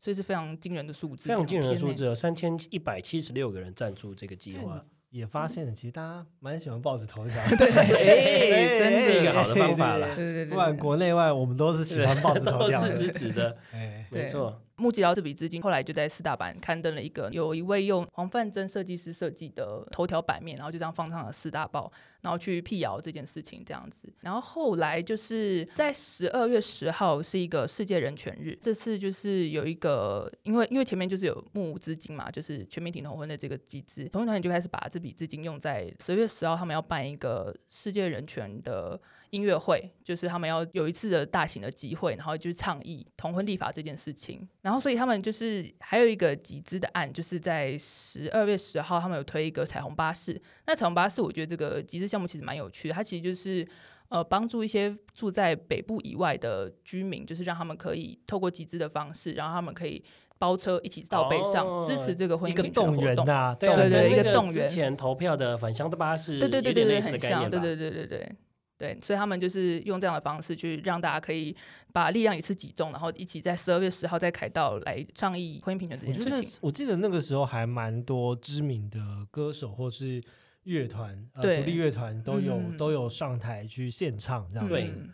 Speaker 1: 所以是非常惊人的数字，
Speaker 3: 非常惊人的
Speaker 1: 两
Speaker 3: 数
Speaker 1: 天内。
Speaker 3: 字哦，三千一百七十六个人赞助这个计 划，
Speaker 2: 也发现了，其实大家蛮喜欢报纸头条，
Speaker 1: 对，
Speaker 2: 哎
Speaker 1: 真
Speaker 2: 哎
Speaker 1: 的
Speaker 3: 是一个好的方法
Speaker 2: 对
Speaker 3: 啦
Speaker 2: 对
Speaker 1: 对对
Speaker 2: 对不管
Speaker 1: 对
Speaker 2: 国内外，我们都是喜欢报纸头
Speaker 3: 都
Speaker 2: 条
Speaker 3: 是支
Speaker 2: 的。
Speaker 3: 持的，
Speaker 2: 哎，
Speaker 1: 对
Speaker 3: 没错。
Speaker 1: 募集到这笔资金，后来就在四大版刊登了一个有一位用黄范珍设计师设计的头条版面，然后就这样放上了四大报，然后去辟谣这件事情这样子。然后后来就是在十二月十号是一个世界人权日，这次就是有一个，因为因为前面就是有募资金嘛，就是全民挺同婚的这个集资，同婚团体就开始把这笔资金用在十月十号他们要办一个世界人权的。音乐会，就是他们要有一次的大型的集会，然后就是倡议同婚立法这件事情。然后，所以他们就是还有一个集资的案，就是在十二月十号，他们有推一个彩虹巴士。那彩虹巴士，我觉得这个集资项目其实蛮有趣的，它其实就是呃帮助一些住在北部以外的居民，就是让他们可以透过集资的方式，然后他们可以。包车一起到北上、
Speaker 3: 哦
Speaker 1: 支持这个婚
Speaker 2: 一
Speaker 1: 姻
Speaker 2: 个
Speaker 1: 平权的
Speaker 2: 动
Speaker 1: 活
Speaker 2: 员
Speaker 1: 动，
Speaker 2: 呐、
Speaker 3: 对啊，
Speaker 2: 动
Speaker 1: 对对
Speaker 2: 员
Speaker 1: 一
Speaker 3: 跟那
Speaker 1: 个
Speaker 3: 个
Speaker 1: 动员
Speaker 3: 之前投票的返乡的巴士，
Speaker 1: 对对对
Speaker 3: 有点
Speaker 1: 对对，
Speaker 3: 类似的
Speaker 1: 很
Speaker 3: 概
Speaker 1: 像，
Speaker 3: 念吧
Speaker 1: 对对对对对对，所以他们就是用这样的方式去让大家可以把力量一次集中，然后一起在十二月十号在凯道来倡议婚姻平权这
Speaker 2: 我
Speaker 1: 件事
Speaker 2: 觉得
Speaker 1: 情。
Speaker 2: 我记得那个时候还蛮多知名的歌手或是乐团，呃，
Speaker 1: 对
Speaker 2: 独立乐团都有、
Speaker 1: 嗯
Speaker 2: 都有上台去献唱这样
Speaker 3: 对
Speaker 2: 子。
Speaker 1: 嗯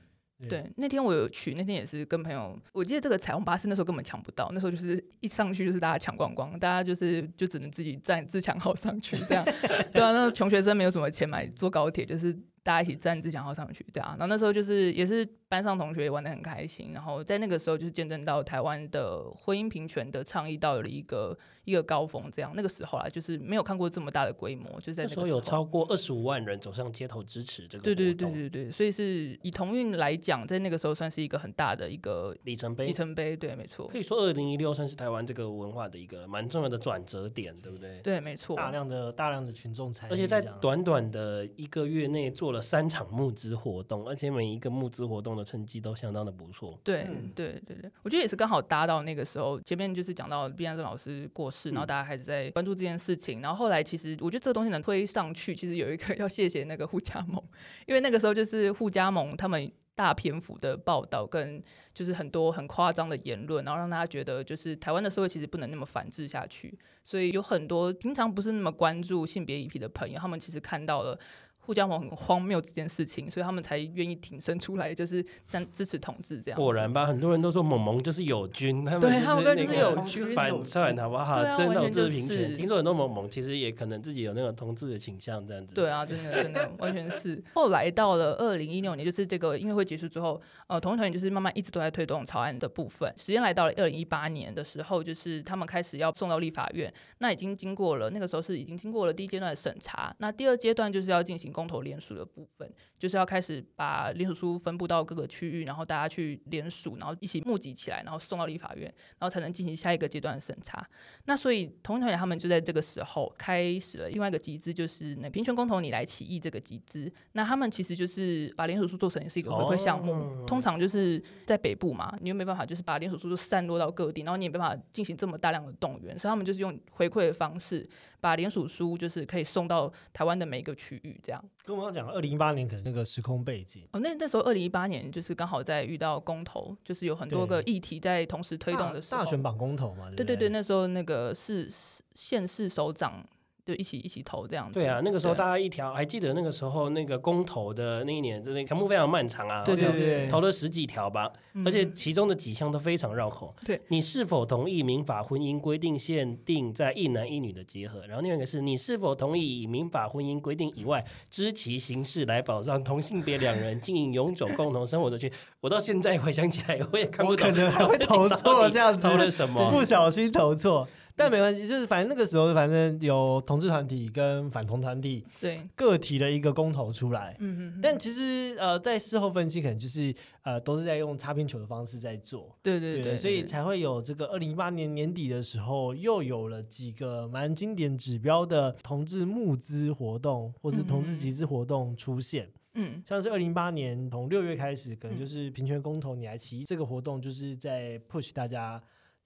Speaker 1: 对，那天我有去，那天也是跟朋友，我记得这个彩虹巴士那时候根本抢不到，那时候就是一上去就是大家抢光光，大家就是就只能自己站自强号上去这样，对啊，那穷学生没有什么钱买坐高铁，就是大家一起站自强号上去，对啊，然后那时候就是也是班上同学也玩的很开心，然后在那个时候就是见证到台湾的婚姻平权的倡议到了一个一个高峰，这样那个时候啦，啊就是没有看过这么大的规模，就是在那
Speaker 3: 那
Speaker 1: 个
Speaker 3: 时候有超过二十五万人走上街头支持这个
Speaker 1: 对
Speaker 3: 活动，
Speaker 1: 对对对对，所以是以同运来讲，在那个时候算是一个很大的一个
Speaker 3: 里程碑
Speaker 1: 里。程碑，对，没错
Speaker 3: 可，以说，二零一六算是台湾这个文化的一个蛮重要的转折点，对不对？
Speaker 1: 对，没错，
Speaker 2: 大量的大量的群众参与
Speaker 3: 而
Speaker 2: 这
Speaker 3: 且
Speaker 2: 样，
Speaker 3: 在短短的一个月内做了三场募资活动，而且每一个募资活动的成绩都相当的不错。
Speaker 1: 对
Speaker 2: 嗯
Speaker 1: 对对对，我觉得也是刚好搭到那个时候，前面就是讲到毕安生老师过世，
Speaker 3: 嗯
Speaker 1: 然后大家开始在关注这件事情，然后后来其实我觉得这个东西能推上去，其实有一个 要谢谢那个互加盟，因为那个时候就是互加盟他们。大篇幅的报道跟就是很多很夸张的言论，然后让大家觉得就是台湾的社会其实不能那么反制下去，所以有很多平常不是那么关注性别议题的朋友，他们其实看到了互加盟很荒谬这件事情，所以他们才愿意挺身出来，就是站支持同志这样子。
Speaker 3: 果然吧，很多人都说萌萌就是友军，他们
Speaker 1: 对他们
Speaker 3: 那
Speaker 1: 根本 就是
Speaker 3: 个
Speaker 1: 友
Speaker 2: 军
Speaker 3: 反串，好不好？
Speaker 1: 对啊
Speaker 3: 真的有
Speaker 1: 完全
Speaker 3: 这
Speaker 1: 就是是
Speaker 3: 平权。听说很多萌萌其实也可能自己有那个同志的倾向，这样子。
Speaker 1: 对 啊，真的真的完全是。后来到了二零一六年，就是这个音乐会结束之后，呃，同一团体就是慢慢一直都在推动草案的部分。时间来到了二零一八年的时候，就是他们开始要送到立法院，那已经经过了那个时候是已经经过了第一阶段的审查，那第二阶段就是要进行公投联署的部分，就是要开始把联署书分布到各个区域，然后大家去联署，然后一起募集起来，然后送到立法院，然后才能进行下一个阶段的审查。那所以同一团体他们就在这个时候开始了另外一个集资，就是那平权公投你来起义这个集资。那他们其实就是把联署书做成是一个回馈项目，
Speaker 3: 哦
Speaker 1: 通常就是在北部嘛，你又没办法就是把联署书就散落到各地，然后你也没办法进行这么大量的动员，所以他们就是用回馈的方式把联署书就是可以送到台湾的每一个区域这样。
Speaker 2: 跟我们要讲二零一八年可能那个时空背景，
Speaker 1: 哦，那那时候二零一八年就是刚好在遇到公投，就是有很多个
Speaker 2: 对
Speaker 1: 议题在同时推动的时候，
Speaker 2: 大大选榜公投嘛，
Speaker 1: 对对
Speaker 2: 对不
Speaker 1: 对，。那时候那个市市县市首长就一起一起投这样子。
Speaker 3: 对啊，那个时候
Speaker 1: 对
Speaker 3: 大家一条，还记得那个时候那个公投的那一年，那条目非常漫长啊，
Speaker 1: 对
Speaker 2: 对
Speaker 1: 对
Speaker 2: 对，
Speaker 3: 投了十几条吧，
Speaker 1: 嗯
Speaker 3: 而且其中的几项都非常绕口。
Speaker 1: 对，
Speaker 3: 你是否同意民法婚姻规定限定在一男一女的结合？然后另外一个是你是否同意以民法婚姻规定以外知其形式来保障同性别两人经营永久共同生活的权？我到现在回想起来， 我也看不
Speaker 2: 我
Speaker 3: 懂
Speaker 2: 可能还会
Speaker 3: 这
Speaker 2: 投
Speaker 3: 到底
Speaker 2: 错这样子
Speaker 3: 投了什么
Speaker 2: 不？小心投错，但没关系，就是反正那个时候，反正有同志团体跟反同团体
Speaker 1: 对，嗯
Speaker 2: 各提了一个公投出来，
Speaker 1: 嗯嗯，
Speaker 2: 但其实呃，在事后分析，可能就是呃，都是在用擦边球的方式在做，
Speaker 1: 对对对，
Speaker 2: 所以才会有这个二零一八年年底的时候，又有了几个蛮经典指标的同志募资活动或是同志集资活动出现，
Speaker 1: 嗯
Speaker 2: 像是二零一八年从六月开始，可能
Speaker 1: 嗯
Speaker 2: 就是平权公投你来起义这个活动，就是在 push 大家。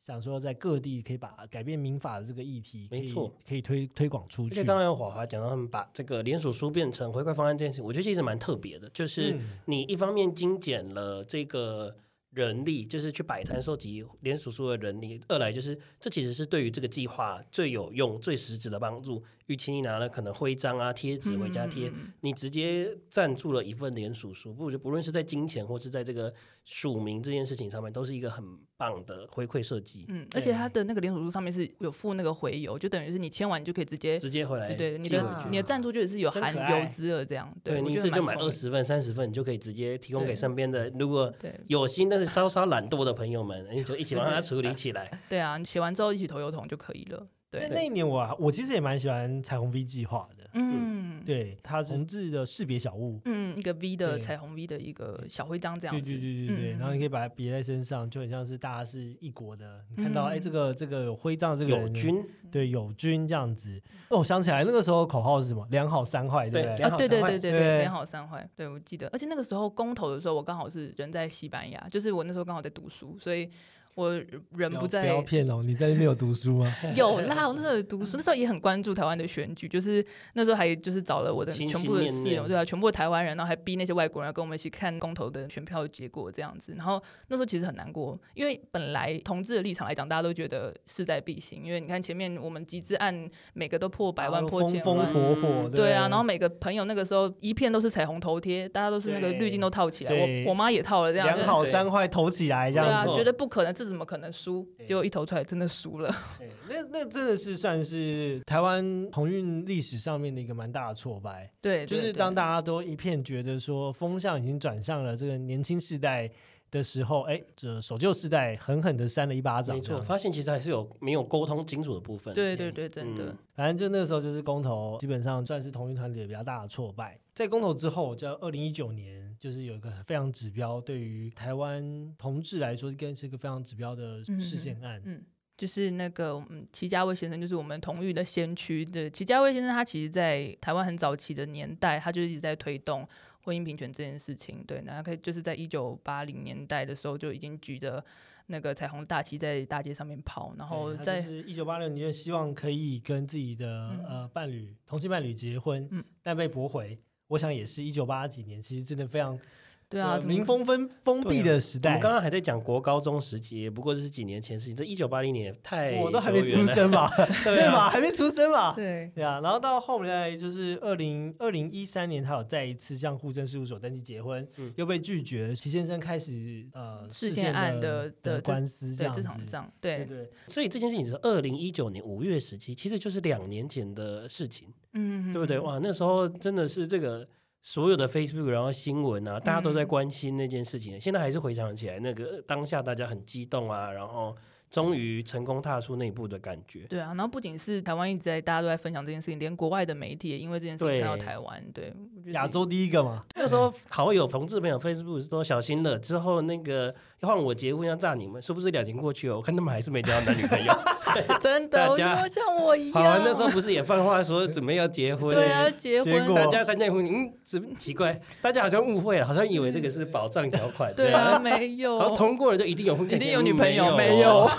Speaker 2: 想说在各地可以把改变民法的这个议题，可
Speaker 3: 没
Speaker 2: 以
Speaker 3: 错
Speaker 2: 可以推推广出
Speaker 3: 而
Speaker 2: 去。
Speaker 3: 且当然，华华讲到他们把这个联署书变成回馈方案这件事情，我觉得其实蛮特别的，就是。
Speaker 2: 嗯
Speaker 3: 你一方面精简了这个人力，就是去摆摊收集联署书的人力；二来就是这其实是对于这个计划最有用、最实质的帮助。与其你拿了可能徽章啊、贴纸回
Speaker 1: 嗯
Speaker 3: 家贴，你直接赞助了一份联署书，不就不论是在金钱或是在这个署名这件事情上面，都是一个很棒的回馈设计，
Speaker 1: 嗯，
Speaker 2: 对
Speaker 1: 而且它的那个连锁书上面是有附那个回邮，就等于是你签完你就可以直接
Speaker 3: 直接回来
Speaker 1: 直对你
Speaker 3: 寄回
Speaker 1: 的
Speaker 3: 去。
Speaker 1: 你的赞助就是有
Speaker 2: 真
Speaker 1: 含
Speaker 2: 可爱
Speaker 1: 邮资额这样，
Speaker 3: 对
Speaker 1: 我
Speaker 3: 你一
Speaker 1: 觉
Speaker 3: 次
Speaker 1: 得
Speaker 3: 就买
Speaker 1: 蛮聪
Speaker 3: 二
Speaker 1: 明，
Speaker 3: 十份、三十份，你就可以直接提供给
Speaker 1: 对
Speaker 3: 身边的如果
Speaker 1: 对
Speaker 3: 有心但是稍稍懒惰的朋友们，你就一起帮他处理起来。
Speaker 1: 对啊，你写完之后一起投邮筒就可以了，
Speaker 2: 那
Speaker 1: 对，
Speaker 2: 那一年我啊我其实也蛮喜欢彩虹 V 计划的，
Speaker 1: 嗯，
Speaker 2: 对，它是同志的识别小物，
Speaker 1: 嗯，一个 V 的
Speaker 2: 对
Speaker 1: 彩虹 V 的一个小徽章这样
Speaker 2: 对
Speaker 1: 子，
Speaker 2: 对对对对，
Speaker 1: 嗯
Speaker 2: 然后你
Speaker 1: 嗯
Speaker 2: 可以把它别在身上，就很像是大家是一国的，你看到哎、
Speaker 1: 嗯
Speaker 2: 这个这个有徽章，这个
Speaker 3: 友
Speaker 2: 人
Speaker 3: 军
Speaker 2: 对友军这样子。哦，我想起来那个时候口号是什么？良好三坏，对不
Speaker 3: 对
Speaker 2: 对？
Speaker 3: 良
Speaker 1: 啊，
Speaker 3: 好
Speaker 1: 对对
Speaker 3: 三坏
Speaker 1: 对对
Speaker 2: 对
Speaker 1: 对，连好三坏，对我记得，而且那个时候公投的时候，我刚好是人在西班牙，就是我那时候刚好在读书，所以我人不在
Speaker 2: 不要骗哦，你在那边有读书吗？
Speaker 1: 有啦，我那时候有读书，那时候也很关注台湾的选举，就是那时候还就是找了我的
Speaker 3: 心
Speaker 1: 全
Speaker 3: 心
Speaker 1: 部的
Speaker 3: 念
Speaker 1: 室
Speaker 3: 念
Speaker 1: 友，对啊，全部的台湾人，然后还逼那些外国人要跟我们一起看公投的选票结果这样子。然后那时候其实很难过，因为本来同志的立场来讲，大家都觉得势在必行，因为你看前面我们集资案每个都破 百万、
Speaker 2: 啊
Speaker 1: 破千
Speaker 2: 风
Speaker 1: 万
Speaker 2: 风。火火，
Speaker 3: 嗯
Speaker 1: 对啊，然后每个朋友那个时候一片都是彩虹头贴，大家都是那个
Speaker 2: 对
Speaker 1: 滤镜都套起来，
Speaker 2: 对
Speaker 1: 我我妈也套了这样，
Speaker 2: 良
Speaker 1: 就是
Speaker 2: 好三坏投起来这
Speaker 1: 对
Speaker 2: 样
Speaker 1: 啊
Speaker 2: 子。，
Speaker 3: 错
Speaker 1: 觉得不可能，这怎么可能输？
Speaker 2: 对
Speaker 1: 结果一投出来真的输了。
Speaker 2: 对哎那那真的是算是台湾鸿运历史上面的一个蛮大的挫败，
Speaker 1: 对，
Speaker 2: 就
Speaker 1: 对
Speaker 2: 是
Speaker 1: 对
Speaker 2: 当大家都一片觉得说风向已经转向了这个年轻世代的时候，哎，这守旧世代狠狠的扇了一巴掌
Speaker 3: 没
Speaker 2: 这
Speaker 3: 错，
Speaker 2: 样。
Speaker 3: 发现其实还是有没有沟通清楚的部分。
Speaker 1: 对对对，真的
Speaker 3: 嗯，
Speaker 2: 反正就那时候就是公投，基本上算是同运团体比较大的挫败。在公投之后，就二零一九年，就是有一个非常指标，对于台湾同志来说，应该是一个非常指标的事件案。
Speaker 1: 嗯，就是那个嗯，齐家威先生，就是我们同育的先驱的齐家威先生，他其实在台湾很早期的年代，他就一直在推动婚姻平权这件事情。对，那他可以就是在一九八零年代的时候就已经举着那个彩虹大旗在大街上面跑，然后
Speaker 2: 对他
Speaker 1: 在
Speaker 2: 就是一九八六年，就希望可以跟自己的、
Speaker 1: 嗯
Speaker 2: 呃伴侣同性伴侣结婚，
Speaker 1: 嗯
Speaker 2: 但被驳回。我想也是一九八几年，其实真的非常
Speaker 1: 对啊，
Speaker 2: 呃
Speaker 1: 怎么
Speaker 2: 民风封封闭
Speaker 3: 对
Speaker 2: 的时
Speaker 3: 我
Speaker 2: 代。
Speaker 3: 们刚刚还在讲国高中时期，不过这是几年前的事情，这一九八零年太
Speaker 2: 我都还没
Speaker 3: 久哎远
Speaker 2: 出
Speaker 3: 了，
Speaker 2: 生吧？
Speaker 3: 对啊
Speaker 2: 吧？还没出生吧？
Speaker 1: 对，
Speaker 2: 对啊，然后到后来就是二零二零一三年，他有再一次向户政事务所登记结婚，
Speaker 3: 嗯
Speaker 2: 又被拒绝。齐先生开始呃
Speaker 1: 释
Speaker 2: 释
Speaker 1: 宪
Speaker 2: 宪
Speaker 1: 案
Speaker 2: 的
Speaker 1: 的的这
Speaker 2: 官司这
Speaker 1: 对
Speaker 2: 样
Speaker 1: 这
Speaker 2: 子，
Speaker 1: 场仗，
Speaker 2: 对
Speaker 1: 对，
Speaker 2: 对
Speaker 3: 所以这件事情是二零一九年五月时期，其实就是两年前的事情，
Speaker 1: 嗯，
Speaker 3: 对不对？
Speaker 1: 嗯，
Speaker 3: 哇，那时候真的是这个所有的 Facebook，然后新闻啊，大家都在关心那件事情。现在还是回想起来，那个当下大家很激动啊，然后终于成功踏出那一步的感觉。
Speaker 1: 对啊，然后不仅是台湾一直在大家都在分享这件事情，连国外的媒体也因为这件事情看到
Speaker 3: 对
Speaker 1: 台湾，对，我觉得
Speaker 2: 亚
Speaker 1: 是
Speaker 2: 洲第一个嘛，
Speaker 3: 那时候好友、同志朋友 Facebook 说小心了，之后那个要换我结婚要炸你们，是不是两年过去哦？我看他们还是没交到男女朋 友。
Speaker 1: 真
Speaker 3: 大
Speaker 1: 的，我
Speaker 3: 家
Speaker 1: 就像我一
Speaker 3: 好、
Speaker 1: 样。
Speaker 3: 啊，那时候不是也放话说准备要结婚？
Speaker 1: 对啊，结
Speaker 2: 结
Speaker 1: 婚
Speaker 2: 果
Speaker 3: 大家参加婚礼，嗯，怎奇怪？大家好像误会了，好像以为这个是保障条款，
Speaker 1: 对啊，没 有，
Speaker 3: 然后通过了就一定有婚，
Speaker 1: 一定有女朋友
Speaker 3: 嗯
Speaker 1: 没有？
Speaker 3: 有？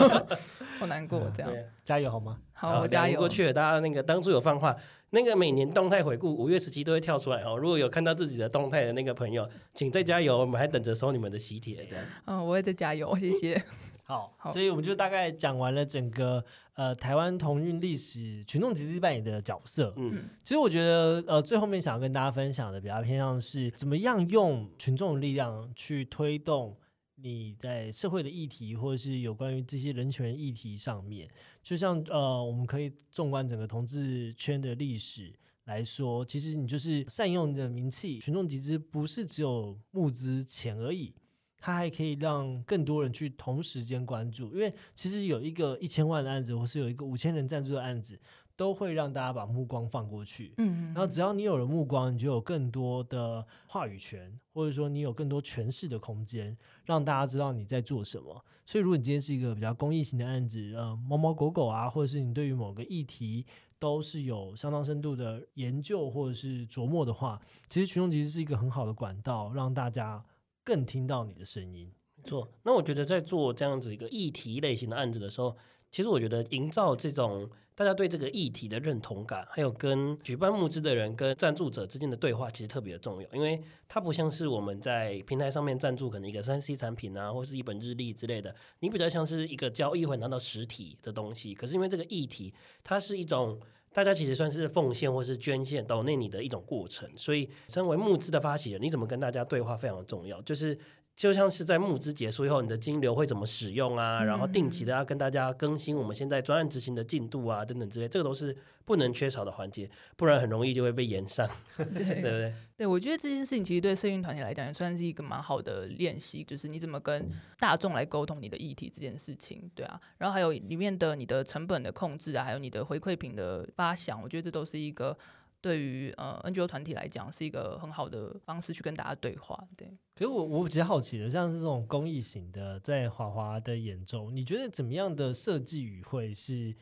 Speaker 1: 好难过，这样
Speaker 3: 对。啊
Speaker 2: 加油好吗？
Speaker 1: 好，我加
Speaker 3: 讲
Speaker 1: 油。
Speaker 3: 过去了，大家那个当初有放话，那个每年动态回顾，五月十七都会跳出来哦。如果有看到自己的动态的那个朋友，请再加油，我们还等着收你们的喜帖。这样，
Speaker 1: 嗯，我也在加油，谢谢。
Speaker 2: 好，
Speaker 1: 好
Speaker 2: 所以我们就大概讲完了整个呃台湾同运历史群众集资扮演的角色。
Speaker 3: 嗯，
Speaker 2: 其实我觉得呃最后面想要跟大家分享的比较偏向是怎么样用群众的力量去推动。你在社会的议题，或者是有关于这些人权议题上面，就像呃，我们可以纵观整个同志圈的历史来说，其实你就是善用你的名气，群众集资不是只有募资钱而已，它还可以让更多人去同时间关注。因为其实有一个一千万的案子，或是有一个五千人赞助的案子，都会让大家把目光放过去。
Speaker 1: 嗯
Speaker 2: 然后只要你有了目光，你就有更多的话语权，或者说你有更多诠释的空间，让大家知道你在做什么。所以，如果你今天是一个比较公益型的案子，呃，猫猫狗狗啊，或者是你对于某个议题都是有相当深度的研究或者是琢磨的话，其实群众其实是一个很好的管道，让大家更听到你的声音。
Speaker 3: 没错。那我觉得在做这样子一个议题类型的案子的时候，其实我觉得营造这种大家对这个议题的认同感，还有跟举办募资的人跟赞助者之间的对话，其实特别的重要，因为它不像是我们在平台上面赞助可能一个三 C 产品啊，或是一本日历之类的，你比较像是一个交易会拿到实体的东西。可是因为这个议题，它是一种。大家其实算是奉献或是捐献到内你的一种过程，所以身为募资的发起人，你怎么跟大家对话非常重要。就是就像是在募资结束以后，你的金流会怎么使用啊？然后定期的要跟大家更新我们现在专案执行的进度啊，等等之类，这个都是不能缺少的环节，不然很容易就会被延上， 对不
Speaker 1: 对
Speaker 3: 对？
Speaker 1: 对，我觉得这件事情其实对社运团体来讲也算是一个蛮好的练习，就是你怎么跟大众来沟通你的议题这件事情，对啊。然后还有里面的你的成本的控制啊，还有你的回馈品的发想，我觉得这都是一个对于呃 NGO 团体来讲是一个很好的方式去跟大家对话，对。
Speaker 2: 可是我我比较好奇的，像是这种公益型的，在华华的眼中，你觉得怎么样的设计语汇是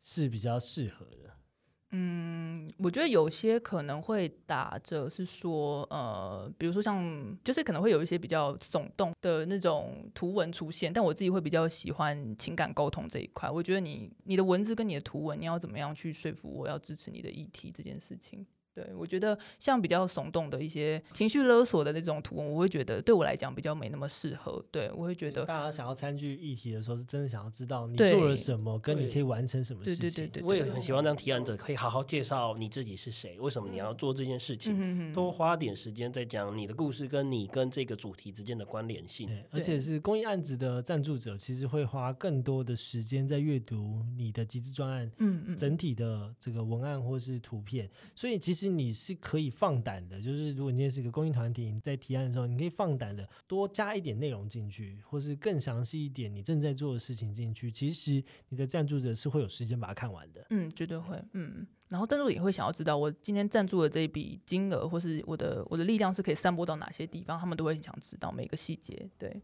Speaker 2: 是比较适合的？
Speaker 1: 嗯，我觉得有些可能会打着是说，呃，比如说像，就是可能会有一些比较耸动的那种图文出现，但我自己会比较喜欢情感沟通这一块。我觉得你你的文字跟你的图文，你要怎么样去说服我要支持你的议题这件事情？对我觉得像比较耸动的一些情绪勒索的那种图文，我会觉得对我来讲比较没那么适合。对我会觉得，
Speaker 2: 大家想要参与议题的时候，是真的想要知道你
Speaker 1: 对
Speaker 2: 做了什么，跟你
Speaker 3: 对
Speaker 2: 可以完成什么
Speaker 1: 对
Speaker 2: 事
Speaker 1: 对对
Speaker 2: 情。
Speaker 1: 对，
Speaker 3: 我也
Speaker 1: 对
Speaker 3: 很希望让提案者可以好好介绍你自己是谁，为什么你要做这件事
Speaker 1: 嗯
Speaker 3: 情，
Speaker 1: 嗯嗯，
Speaker 3: 多花点时间在讲你的故事跟你跟这个主题之间的关联性。
Speaker 2: 对而且是公益案子的赞助者，其实会花更多的时间在阅读你的集资专案
Speaker 1: 嗯嗯，
Speaker 2: 整体的这个文案或是图片，所以其实你是可以放胆的，就是如果你今天是一个公益团体，你在提案的时候，你可以放胆的多加一点内容进去，或是更详细一点你正在做的事情进去，其实你的赞助者是会有时间把它看完的。
Speaker 1: 嗯，绝对会，嗯。然后赞助也会想要知道，我今天赞助的这一笔金额，或是我的我的力量是可以散播到哪些地方，他们都会很想知道每个细节。对，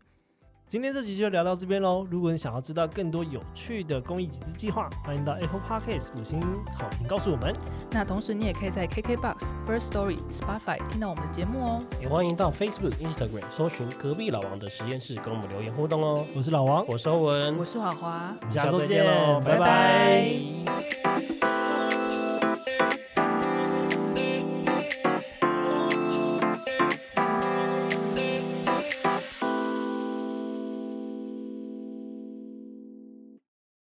Speaker 2: 今天这集就聊到这边喽。如果你想要知道更多有趣的公益集资计划，欢迎到 Apple Podcast 五星好评告诉我们。
Speaker 1: 那同时你也可以在 KKBox、First Story、Spotify 听到我们的节目哦。
Speaker 3: 也欢迎到 Facebook、Instagram 搜寻“隔壁老王的实验室”，跟我们留言互动哦。
Speaker 2: 我是老王，
Speaker 3: 我是欧文，
Speaker 1: 我是华华，
Speaker 2: 我们下
Speaker 3: 下
Speaker 2: 周
Speaker 3: 周
Speaker 2: 见
Speaker 3: 见
Speaker 2: 喽
Speaker 3: 喽，
Speaker 1: 拜
Speaker 2: 拜拜
Speaker 1: 拜